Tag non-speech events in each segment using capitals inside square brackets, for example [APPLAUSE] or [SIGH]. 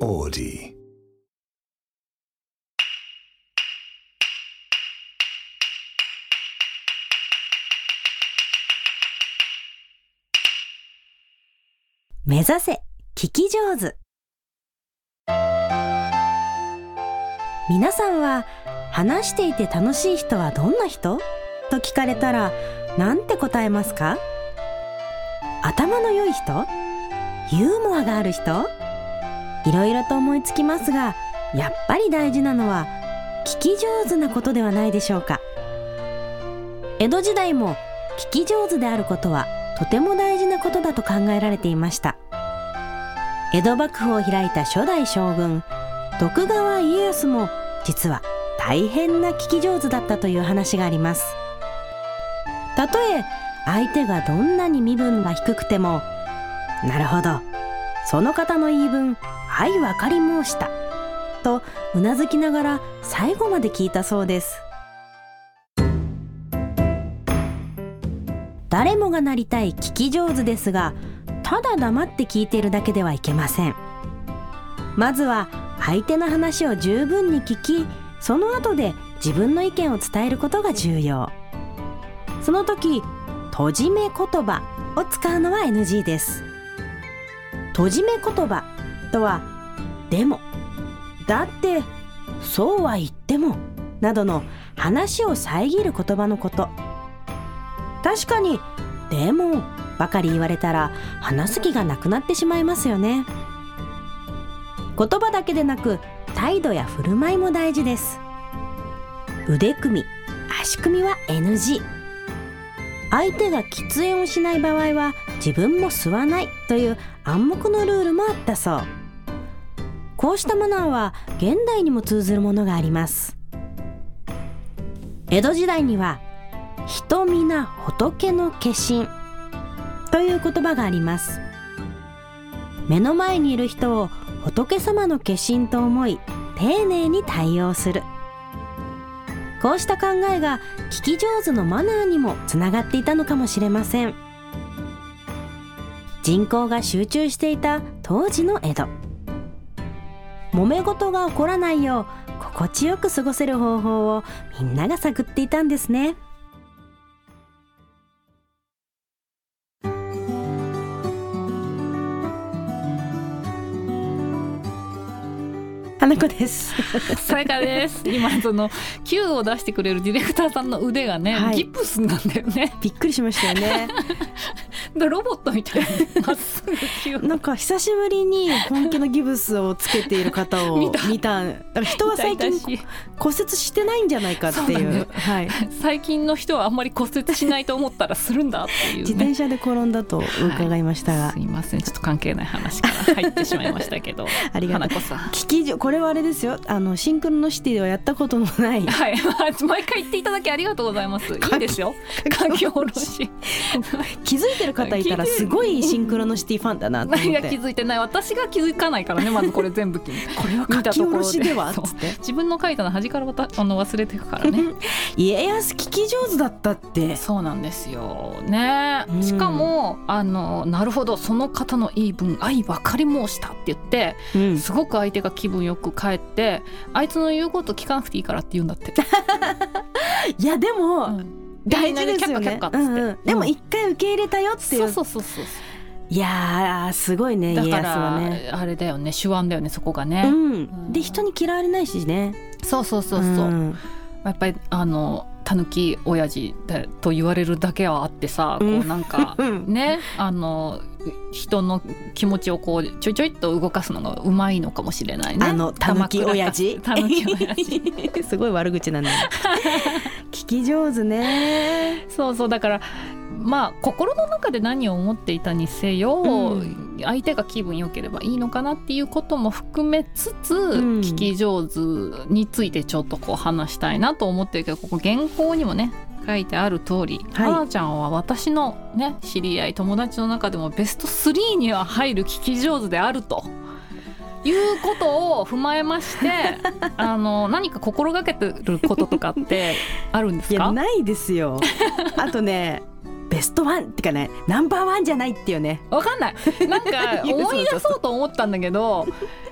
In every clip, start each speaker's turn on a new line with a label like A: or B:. A: Audi.
B: 目指せ聞き上手皆さんは話していて楽しい人はどんな人と聞かれたらなんて答えますか頭の良い人ユーモアがある人いろいろと思いつきますがやっぱり大事なのは聞き上手なことではないでしょうか江戸時代も聞き上手であることはとても大事なことだと考えられていました江戸幕府を開いた初代将軍徳川家康も実は大変な聞き上手だったという話がありますたとえ相手がどんなに身分が低くてもなるほどその方の言い分はいわかり申したとうなずきながら最後まで聞いたそうです誰もがなりたい聞き上手ですがただ黙って聞いているだけではいけませんまずは相手の話を十分に聞きその後で自分の意見を伝えることが重要その時とじめ言葉を使うのは NG ですとじめ言葉とはでもだってそうは言ってもなどの話を遮る言葉のこと確かに「でも」ばかり言われたら話す気がなくなってしまいますよね言葉だけでなく態度や振る舞いも大事です腕組み足組みは NG 相手が喫煙をしない場合は自分も吸わないという暗黙のルールもあったそうこうしたマナーは現代にも通ずるものがあります江戸時代には人皆仏の化身という言葉があります目の前にいる人を仏様の化身と思い丁寧に対応するこうした考えが聞き上手のマナーにもつながっていたのかもしれません人口が集中していた当時の江戸揉め事が起こらないよう心地よく過ごせる方法をみんなが探っていたんですね花子です
C: さやかです。 [LAUGHS] 今その Q を出してくれるディレクターさんの腕がね、
B: はい
C: ギプスなんだよね。
B: [LAUGHS]
C: [LAUGHS]
B: びっくりしましたよね
C: だロボットみたいなまっすぐ Q
B: [LAUGHS] なんか久しぶりに本気のギブスをつけている方を見
C: 見
B: た
C: た
B: だから人は最近
C: [LAUGHS] 痛いし
B: 骨折してないんじゃないかって
C: そう
B: い
C: だ
B: う
C: ね
B: はい、
C: 最近の人はあんまり骨折しないと思ったらするんだってい
B: 自
C: うね。
B: 転車で転んだと伺いましたが、
C: すいませんちょっと関係ない話から入ってしまいましたけど
B: [LAUGHS] ありがとう
C: 花子さん
B: 聞き上これはあれですよあのシンクロのシティではやったことのない
C: はい、 [LAUGHS] まあ、毎回言っていただきありがとうござ
B: [LAUGHS]
C: いますいいですよ環境おろし
B: 気づいてる方いたら
C: 聞いてる
B: すごいシンクロのシティファンだなと思っ
C: 何
B: て
C: が気づいてない私が気づかないからねまずこれ全部聞いて
B: これは書
C: 見た
B: き
C: と
B: 下
C: ころ
B: ろしではっ
C: そう
B: つって
C: 自分の書いたの端からわたあの忘れていくからね
B: 家康聞き上手だったって
C: そうなんですよね、
B: うん
C: しかもあのなるほどその方の言い分相分かり申したって言って
B: うん
C: すごく相手が気分よく帰ってあいつの言うこと聞かなくていいからって言うん
B: [LAUGHS]
C: だって、
B: いやでも、
C: うん
B: 大事ですよ
C: みんな
B: ね
C: でキャッカキャッカっつ
B: う
C: って、
B: んうんでも
C: うん
B: 一回受け入れたよってい
C: そううそうそうそう
B: いやーすごいね
C: だ
B: 家
C: か
B: 康
C: ら、
B: はね。
C: あれだよね手腕だよねそこが
B: う
C: ね、
B: ん、で人に嫌われないしね。
C: そうそうそうそう、
B: ん
C: やっぱりあのたぬき親父だと言われるだけはあってさ、
B: うん
C: こうなん
B: [LAUGHS]
C: か
B: うん
C: ねあの人の気持ちをこうちょいちょいっと動かすのがうまいのかもしれないね
B: あのたぬき親父。
C: [LAUGHS] たぬき親父
B: [LAUGHS] すごい悪口なんだ
C: [LAUGHS]
B: よ。聞き上手ね。
C: そうそうだからまあ心の中で何を思っていたにせよ、
B: うん
C: 相手が気分良ければいいのかなっていうことも含めつつ、
B: ん
C: 聞き上手についてちょっとこう話したいなと思ってるけどここ原稿にもね書いてある通り、
B: はい
C: はなちゃんは私のね知り合い友達の中でもベスト3には入る聞き上手であると。いうことを踏まえまして、
B: [LAUGHS]
C: あの何か心がけてることとかってあるんです
B: いや
C: か？
B: ないですよ。あとね。ベストワンってかねナンバーワンじゃないっていうね
C: [LAUGHS] わかんない。なんか
B: 言う
C: 思い出そうと思ったんだけど、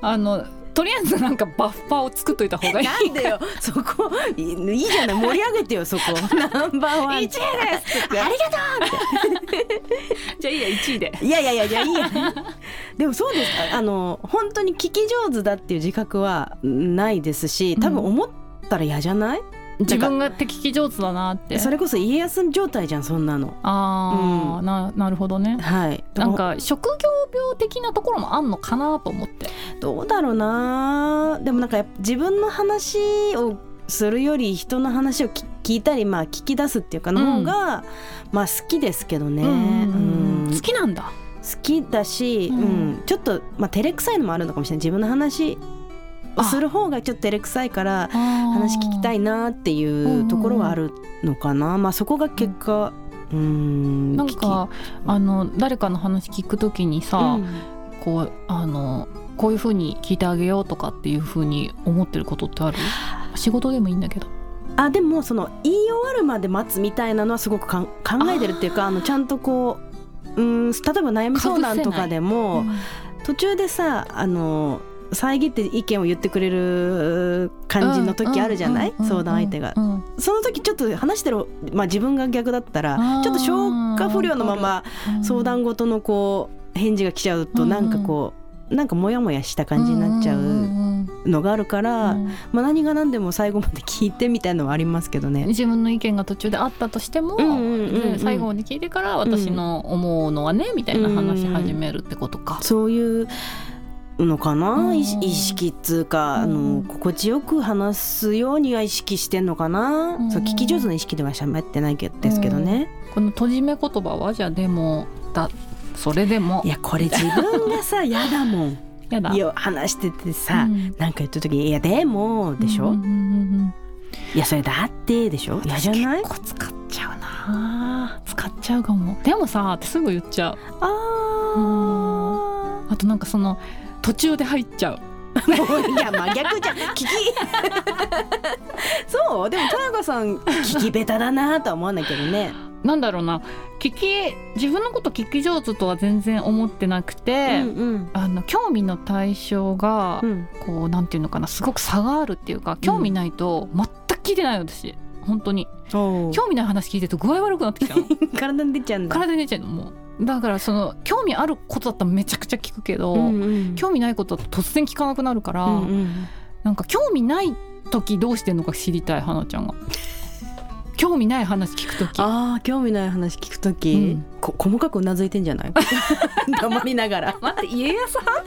C: あのとりあえずなんかバッファーを作っといた方 [LAUGHS] がいい
B: なんでよそこいいいいじゃない盛り上げてよそこ
C: [LAUGHS]
B: ナンバーワン
C: 1位です
B: ありがと
C: じゃあいいや1位で
B: ういやいやいやいやいいや [LAUGHS] でもそうですああの本当に聞き上手だっていう自覚はないですし多分
C: うん
B: 思ったら嫌じゃない、
C: [LAUGHS] 自分が手聞き上手だなって
B: それこそ家康状態じゃんそんなの
C: ああ、ななるほどね
B: はい
C: なんか職業病的なところもあんのかなと思って
B: どうだろうなでもなんかやっぱ自分の話をするより人の話を聞聞いたりまあ聞き出すっていうかの方が、まあ好きですけどね、うん
C: 好きなんだ
B: 好きだし、
C: う
B: うんんちょっと、まあ、照れくさいのもあるのかもしれない自分の話をする方がちょっと照れくさいから話
C: 話
B: 聞きた
C: い
B: いなっていうところはあるのかな、まあ、そこが結果うん
C: なんかあの誰かの話聞くときにさ、
B: 聞き
C: こうあのこういうふうに聞いてあげようとかっていうふうに思ってることってあ [LAUGHS] る仕事でもいいんだけど
B: うんあでもその言い終わるまで待つみたいなのはすごくかん考えてるっていうかあのちゃんとこううん例えば悩み相談とかでも途中でさあの遮って意見を言ってくれる感じの時あるじゃない、
C: うんうんうんうん
B: 相談相手が
C: う。んうん
B: その時ちょっと話してる、まあ、自分が逆だった
C: あ
B: ら
C: ー
B: ちょっと消化不良のまま相談事のこう返事が来ちゃうと
C: うんうん
B: なんかこうなんかモヤモヤした感じになっちゃ
C: ん
B: うんのがあるから、
C: うんうん
B: まあ、何が何でも最後まで聞いてみたいのはありますけどね。
C: 自分の意見が途中であったとしても、
B: うんうんうんうん
C: で最後まで聞いてから私の思うのはね、みたいな話し始めるってことか。
B: そういうのかな、
C: うん
B: 意識意識っつうか、
C: うん
B: あの心地よく話すようには意識してんのかな、
C: うん
B: そう聞き上手な意識ではしゃべってないけどですけどね、
C: この閉じ目言葉はじゃあでもだそれでも
B: いやこれ自分がさ嫌だもん
C: [LAUGHS] やだ
B: いや話しててさ、
C: うん
B: なんか言った時に「いやでも」でしょ「
C: うんうんうん
B: いやそれだって」でしょ
C: うん
B: 嫌じゃない
C: 私結構使っちゃうな使っちゃうかもでもさってすぐ言っちゃう
B: あ
C: あとなんかその途中で入っちゃう
B: ー [LAUGHS] もういや真逆じゃん聞き [LAUGHS] そうでも田中さん聞き下手だなとは思わないけどね、
C: なんだろうな聞き自分のこと聞き上手とは全然思ってなくて、
B: うんうん
C: あの興味の対象が、
B: うん
C: こうなんていうのかなすごく差があるっていうか興味ないと全く聞いてないの私本当に
B: おー
C: 興味ない話聞いてると具合悪くなってき
B: [LAUGHS]
C: ちゃうの
B: 体に出ちゃうんだ
C: 体に出ちゃうのもうだからその興味あることだったらめちゃくちゃ聞くけど、
B: うんうん
C: 興味ないことだと突然聞かなくなるから、
B: うんうん
C: なんか興味ない時どうしてんのか知りたい花ちゃんが興味ない話聞く時
B: あー興味ない話聞くとき、
C: うん
B: こ細かくうなずいてんじゃない [LAUGHS] 黙りながら
C: 待って家康派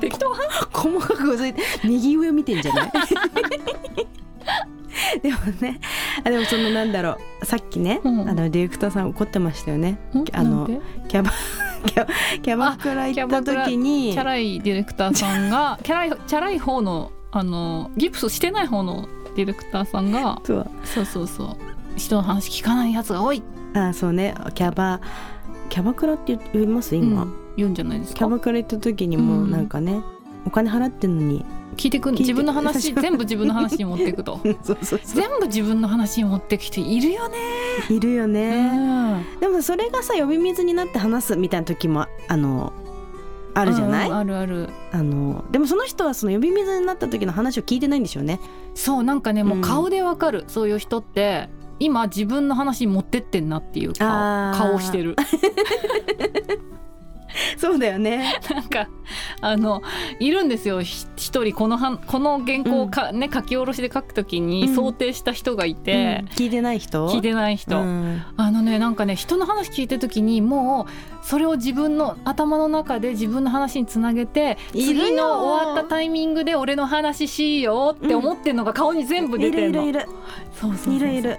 C: 適当派
B: 細かくうずいて右上を見てんじゃない [LAUGHS] でもねあでもそのなんだろうさっきね、
C: うん
B: あのディレクターさん怒ってましたよねあ
C: なん
B: の
C: て
B: キャバキャキャバクラ行った時に
C: チャラいディレクターさん [LAUGHS] がキャラいチャラい方のあのギプスしてない方のディレクターさんが
B: そう
C: そうそうそう人の話聞かないやつが多い、
B: あそうねキャバキャバクラって言います今、
C: うん言うんじゃないです
B: キャ
C: か
B: バクラ行った時にも
C: うん
B: なんかね、お金払ってんの
C: [LAUGHS]
B: に
C: 聞いてく
B: 聞
C: ん
B: いて
C: 自分の話
B: 私
C: [LAUGHS]
B: は
C: 全部自分の話に持っていく [LAUGHS] と
B: そうそうそ
C: 全部自分の話に持ってきているよね、
B: う [LAUGHS] いるよね、
C: うん
B: でもそれがさ呼び水になって話すみたいな時もあのあ
C: あ
B: るじゃない、
C: あるある
B: あのでもその人はその呼び水になった時の話を聞いてないんでしょうね。
C: そうなんかねもううん顔でわかる、そういう人って今自分の話に持ってってんなっていう顔
B: あー
C: 顔してる
B: そうだよね。
C: なんかあのいるんですよひ一人このはこの原稿をか、ね、書き下ろしで書くとき
B: う
C: に
B: ん
C: 想定した人がいて
B: うん、聞いてない人。
C: 聞いてない人、
B: うん
C: あのねなんかね人の話聞いてるときにもうそれを自分の頭の中で自分の話につなげて
B: いるよ
C: 次の終わったタイミングで俺の話しようって思ってんのが顔に全部出
B: い
C: て
B: る
C: る
B: い
C: の、
B: るいる
C: そうそうそうそう
B: いるいる。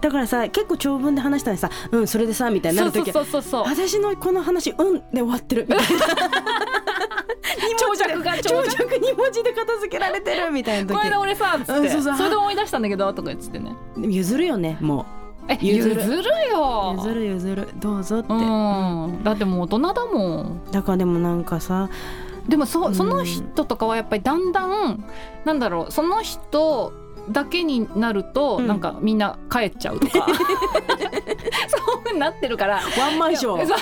B: だからさ結構長文で話したのにさ「うんそれでさ」みたいになる
C: そう
B: 時
C: そうそうそう
B: 私のこの話「うん」で終わってるみたいな
C: [LAUGHS] 長
B: [LAUGHS]
C: 尺が長
B: 長
C: 尺
B: 尺2文字で片付けられて
C: [LAUGHS]
B: るみたいな
C: この間
B: 時
C: 俺さっつって、
B: うんそ
C: そう
B: そう
C: れで思い出したんだけどとか言っててね
B: 譲るよねも
C: え譲
B: 譲
C: る
B: る
C: よ
B: う譲る譲るどうぞって、
C: うんだってもう大人だもん
B: だからでもなんかさ
C: でもそ
B: うん
C: その人とかはやっぱりだんだんなんだろうその人だけになると、
B: うん
C: なんかみんな帰っちゃうとかそう風になってるから
B: ワンマンショ
C: いや
B: ー
C: そう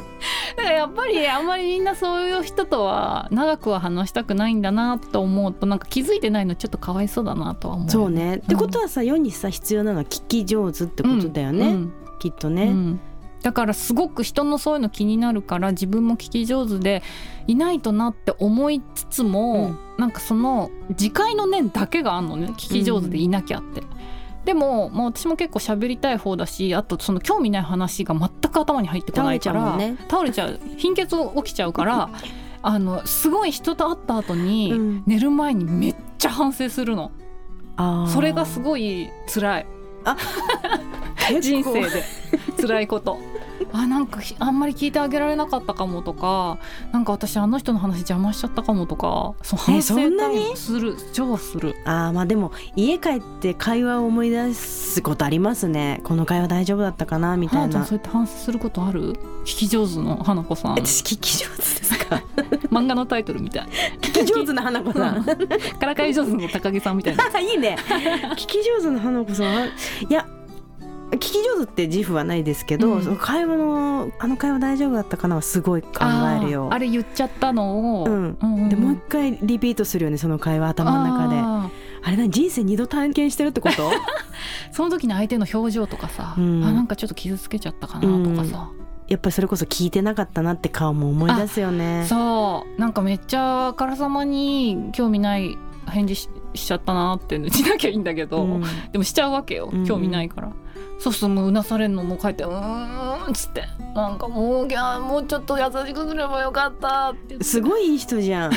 C: [LAUGHS] だからやっぱりねあんまりみんなそういう人とは長くは話したくないんだなと思うとなんか気づいてないのちょっとかわいそうだなとは思う
B: そうね、ってことはさ世にさ必要なのは聞き上手ってことだよね、
C: うん
B: きっと
C: う
B: ね、
C: んだからすごく人のそういうの気になるから自分も聞き上手でいないとなって思いつつも、なんかその自戒の念だけがあんのね聞き上手でいなきゃって。でも、まあ、私も結構喋りたい方だしあとその興味ない話が全く頭に入ってこないから
B: 倒れちゃうもんね
C: 倒れちゃう貧血起きちゃうから
B: [LAUGHS]
C: あのすごい人と会った後に、
B: うん
C: 寝る前にめっちゃ反省するの
B: あー
C: それがすごい辛い。
B: 結構
C: 人生で辛いことあなんかひあんまり聞いてあげられなかったかもとかなんか私あの人の話邪魔しちゃったかもとかそう
B: え
C: 反省
B: そんなに
C: 会をする超する
B: あーまあでも家帰って会話を思い出すことありますねこの会話大丈夫だったかなみたい
C: 花ちゃん
B: な
C: そうやって反省することある聞き上手の花子さん
B: え私聞き上手ですか
C: 漫画のタイトルみたい
B: 聞き上手な花子さん
C: からかい上手の高木さんみたいな
B: [LAUGHS] いいね聞き上手な花子さんいや聞き上手って自負はないですけど、
C: うん
B: その会話のあの会話大丈夫だったかなはすごい考えるよ
C: あーあれ言っちゃったのを、
B: うんでもう一回リピートするよねその会話頭の中であ
C: 中
B: れ何人生二度体験してるってこと [LAUGHS]
C: でその時の相手の表情とかさ、
B: うん
C: あなんかちょっと傷つけちゃったかなとかさ、
B: やっぱりそれこそ聞いてなかったなって顔も思い出すよね
C: そうなんかめっちゃあからさまに興味ない返事ししちゃったなってしなきゃいいんだけど、
B: うん
C: でもしちゃうわけよ
B: うんうん
C: 興味ないから、そうするともううなされるのもう帰って「うーん」っつってなんかもうギャーもうちょっと優しくすればよかったって
B: すごいいい人じ [LAUGHS] ゃん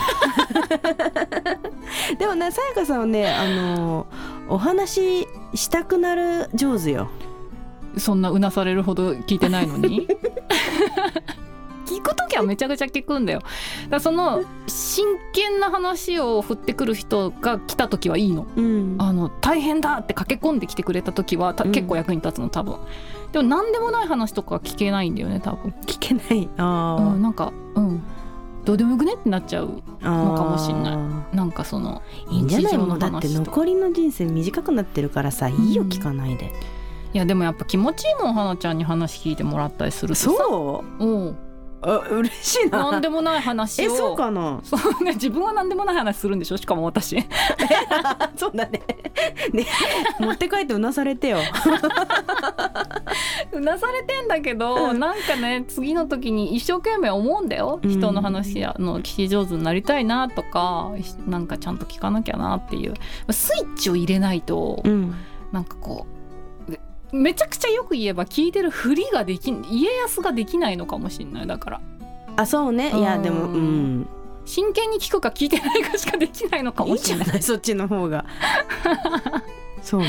B: でもねさやかさんはねあのお話ししたくなる上手よ
C: そんなうなされるほど聞いてない
B: [LAUGHS]
C: のに聞く時はめちゃくちゃ聞くんだよだからその真剣な話を振ってくる人が来た時はいいの
B: うん
C: あの大変だって駆け込んできてくれた時はた
B: うん
C: 結構役に立つの多分、でも何でもない話とかは聞けないんだよね多分、
B: 聞けないあ
C: うん、なんかうんどうでもよくねってなっちゃう
B: ー、あ
C: のかもしん
B: い
C: なんかその
B: いいんじゃない
C: 日
B: の
C: 常
B: だって
C: 話とか
B: 残りの人生短くなってるからさいいよ
C: うん
B: 聞かないで、
C: いやでもやっぱ気持ちいいもん花ちゃんに話聞いてもらったりするとさ
B: そう
C: うん
B: あ嬉しい
C: 何
B: な
C: でもない話を
B: えそうかな
C: そうね自分は何でもない話するんでしょしかも私
B: そうだねね持って帰ってうなされてよ
C: うなされてんだけど、
B: うん
C: なんかね次の時に一生懸命思うんだよ、
B: うん
C: 人の話やの聞き上手になりたいなとかいしなんかちゃんと聞かなきゃなっていうスイッチを入れないと、
B: うん
C: なんかこうでめちゃくちゃよく言えば聞いてるふりができん家康ができないのかもしれないだから
B: あそうねいや
C: うん
B: でもうん
C: 真剣に聞くか聞いてないかしかできないのか
B: い
C: も
B: い
C: し
B: じ
C: れ
B: ゃ
C: ない
B: ないそっちの方
C: [LAUGHS]
B: がそうね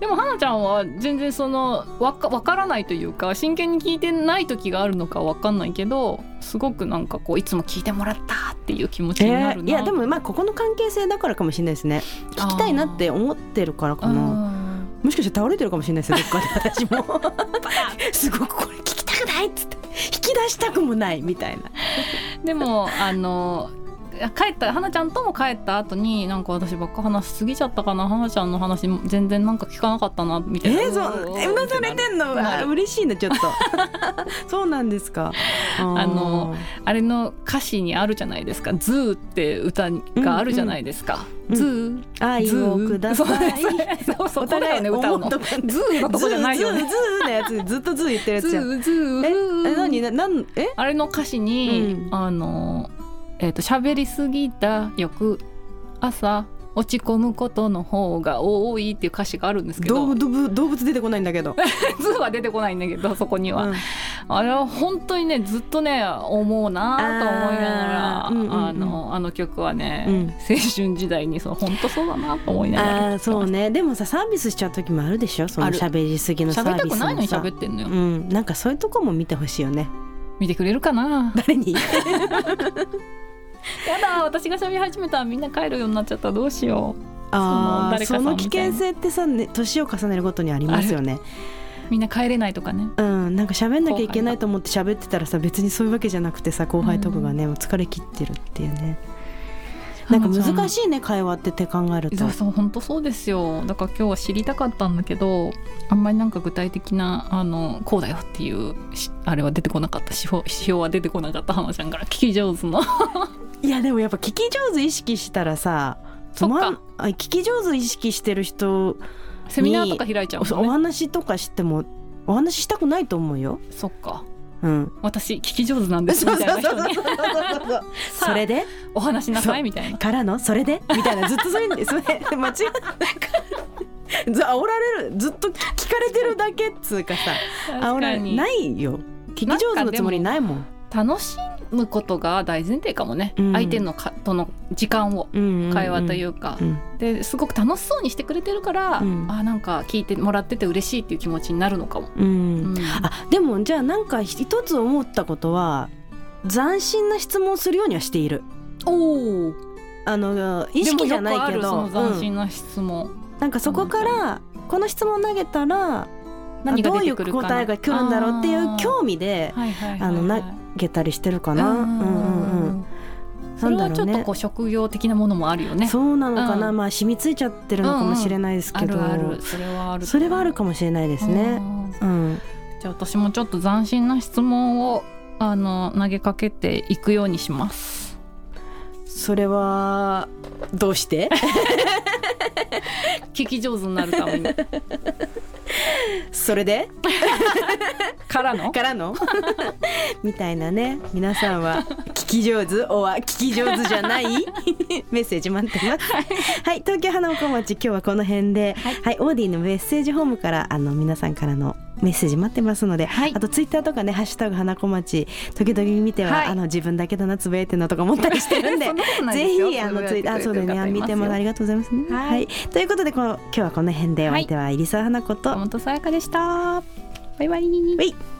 C: でも花ちゃんは全然そのわかわからないというか真剣に聞いてない時があるのかわかんないけどすごくなんかこういつも聞いてもらったっていう気持ちにな
B: え
C: る
B: ー、
C: な、
B: いやでもまあここの関係性だからかもしれないですね聞きたいなって思ってるからかな
C: うん
B: もしかして倒れてるかもしれない [LAUGHS] ですよどっかで私も [LAUGHS] すごくこれ聞きたくないっつって引き出したくもないみたいな
C: でもあの帰った花ちゃんとも帰った後になんか私ばっか話しすぎちゃったかな花ちゃんの話も全然なんか聞かなかったなみたいな
B: えー、そうえうなされてんの
C: はい
B: あ嬉しいなちょっと [LAUGHS] そうなんですかー
C: あのあれの歌詞にあるじゃないですか「ズー」って歌があるじゃないですか
B: う
C: 「
B: んうん
C: ズー」
B: 愛
C: ズ
B: を
C: ー
B: ください
C: そうそうそうそこだよね
B: お互い
C: 歌う
B: 思
C: の
B: うとこね
C: ズーのとこじゃないよね
B: ズーズーズーのやつずっとズー言ってるや
C: ズ
B: つじゃん
C: ーズー
B: え
C: ズー
B: え何ななんえ
C: あれの歌詞に、
B: うん
C: あのえっ、と喋りすぎた翌朝落ち込むことの方が多いっていう歌詞があるんですけ
B: 動
C: [LAUGHS]
B: 物
C: ど
B: 動物動物出てこないんだけ [LAUGHS] ど、
C: ズーは出てこないんだけどそこには、
B: うん
C: あれは本当にねずっとね思うなと思いながら
B: あ
C: あ,、
B: ーうんうんうん
C: のあの曲はね、
B: うん
C: 青春時代にそう本当そうだなと思いながら
B: あーそうねでもさサービスしちゃう時もあるでしょその
C: ある
B: 喋りすぎのサー
C: 喋
B: ビスも
C: りたく
B: さ
C: ないのに喋ってんのよ、
B: うん、なんかそういうとこも見てほしいよね [LAUGHS]
C: 見てくれるかな
B: 誰
C: [LAUGHS]
B: に
C: やだ私が喋り始めたらみんな帰るようになっちゃったどうしよ
B: あー
C: 誰かさ
B: そ
C: んみたいな
B: の危険性ってさ、ね、年を重ねるごとにありますよね
C: うみんな帰れないとかね
B: うんなんか喋んなきゃいけないと思って喋ってたらさ別にそういうわけじゃなくてさ後輩とかがね、もう疲れ切ってるっていうねなんか
C: 花ちゃん
B: 難しいね会話ってって考えると
C: そうそう本当そうですよだから今日は知りたかったんだけどあんまりなんか具体的なあのこうだよっていうしあれは出てこなかった指標指標は出てこなかった浜ちゃんから聞き上手の
B: いやでもやっぱ聞き上手意識したらさつまん
C: そ
B: あ聞き上手意識してる人
C: セミナーとか開いちゃう
B: お
C: もんね
B: 話とかしてもお話ししたくないと思うよ。
C: そっか
B: うん、
C: 私聞き上手なんですみたい
B: [LAUGHS]
C: な人に [LAUGHS]
B: それで
C: お話しなさいみたいな
B: からのそれでみたいなずっとそれにそれ間違 [LAUGHS] えず煽られるずっと聞聞かれてるだけっつうかさ
C: 確
B: 煽ら
C: か
B: れ
C: に
B: ないよ聞き上手のつもりないもん
C: 楽しむことが大前提かもね、
B: うん
C: 相手のかとの時間を会話といううか、
B: ん
C: ですごく楽しそうにしてくれてるから、
B: うん
C: あなんか聞いてもらってて嬉しいっていう気持ちになるのかも。
B: うん、うん
C: うん
B: あでもじゃあなんか一つ思ったことは斬新な質問をするようにはしている
C: おお
B: あの意識じゃないけど、
C: その
B: う
C: 斬
B: ん
C: 新な質問、
B: なんかそこからこの質問投げたら
C: 何が
B: ど
C: 出
B: うい
C: て
B: う
C: くるかな
B: 答えが来るんだろうっていう興味で
C: はいはいはいはい
B: あのなげたりしてるか
C: う
B: な。うんん
C: う
B: うんんう
C: う
B: んん。
C: それ
B: な
C: は
B: んだ
C: ち
B: ろ
C: ょ
B: うね
C: っとこう職業的なものもあるよね。
B: そうなのかな、
C: うん
B: まあ染みついちゃってるのかもしれないです
C: あ
B: けど、
C: るあるそれはある。
B: それはあるかもしれないです
C: う
B: ね。
C: んうんうん。
B: うん、
C: じゃあ私もちょっと斬新な質問をあの投げかけていくようにします。
B: それはどうして？
C: 聞き上手になる
B: [LAUGHS]
C: ために
B: それで
C: からの。
B: からのみたいなね。皆さんは聞き上手おは聞き上手じゃないメッセージ待ってます。はい、東京花子町今日はこの辺で、はい、オーディのメッセージホームからあの皆さんからのメッセージ待ってますので、
C: はい
B: あとツイッターとかねハッシュタグ花子町時々見ては、
C: はい
B: あの自分だけだなつぶやいてんなとか思ったりしてるんで
C: [LAUGHS] そ。なことない
B: ぜ
C: ですよ
B: ひあの
C: つ
B: ツ
C: ぶ
B: イッ
C: やい
B: ター
C: く
B: そう
C: れ
B: だ
C: る
B: よねあ見
C: 方いますよ
B: てもらありがとうございますね。
C: はい
B: はい、ということでこの今日はこの辺でお相手は入澤花子と、
C: 山本さやかでした。バイバイ。
B: はい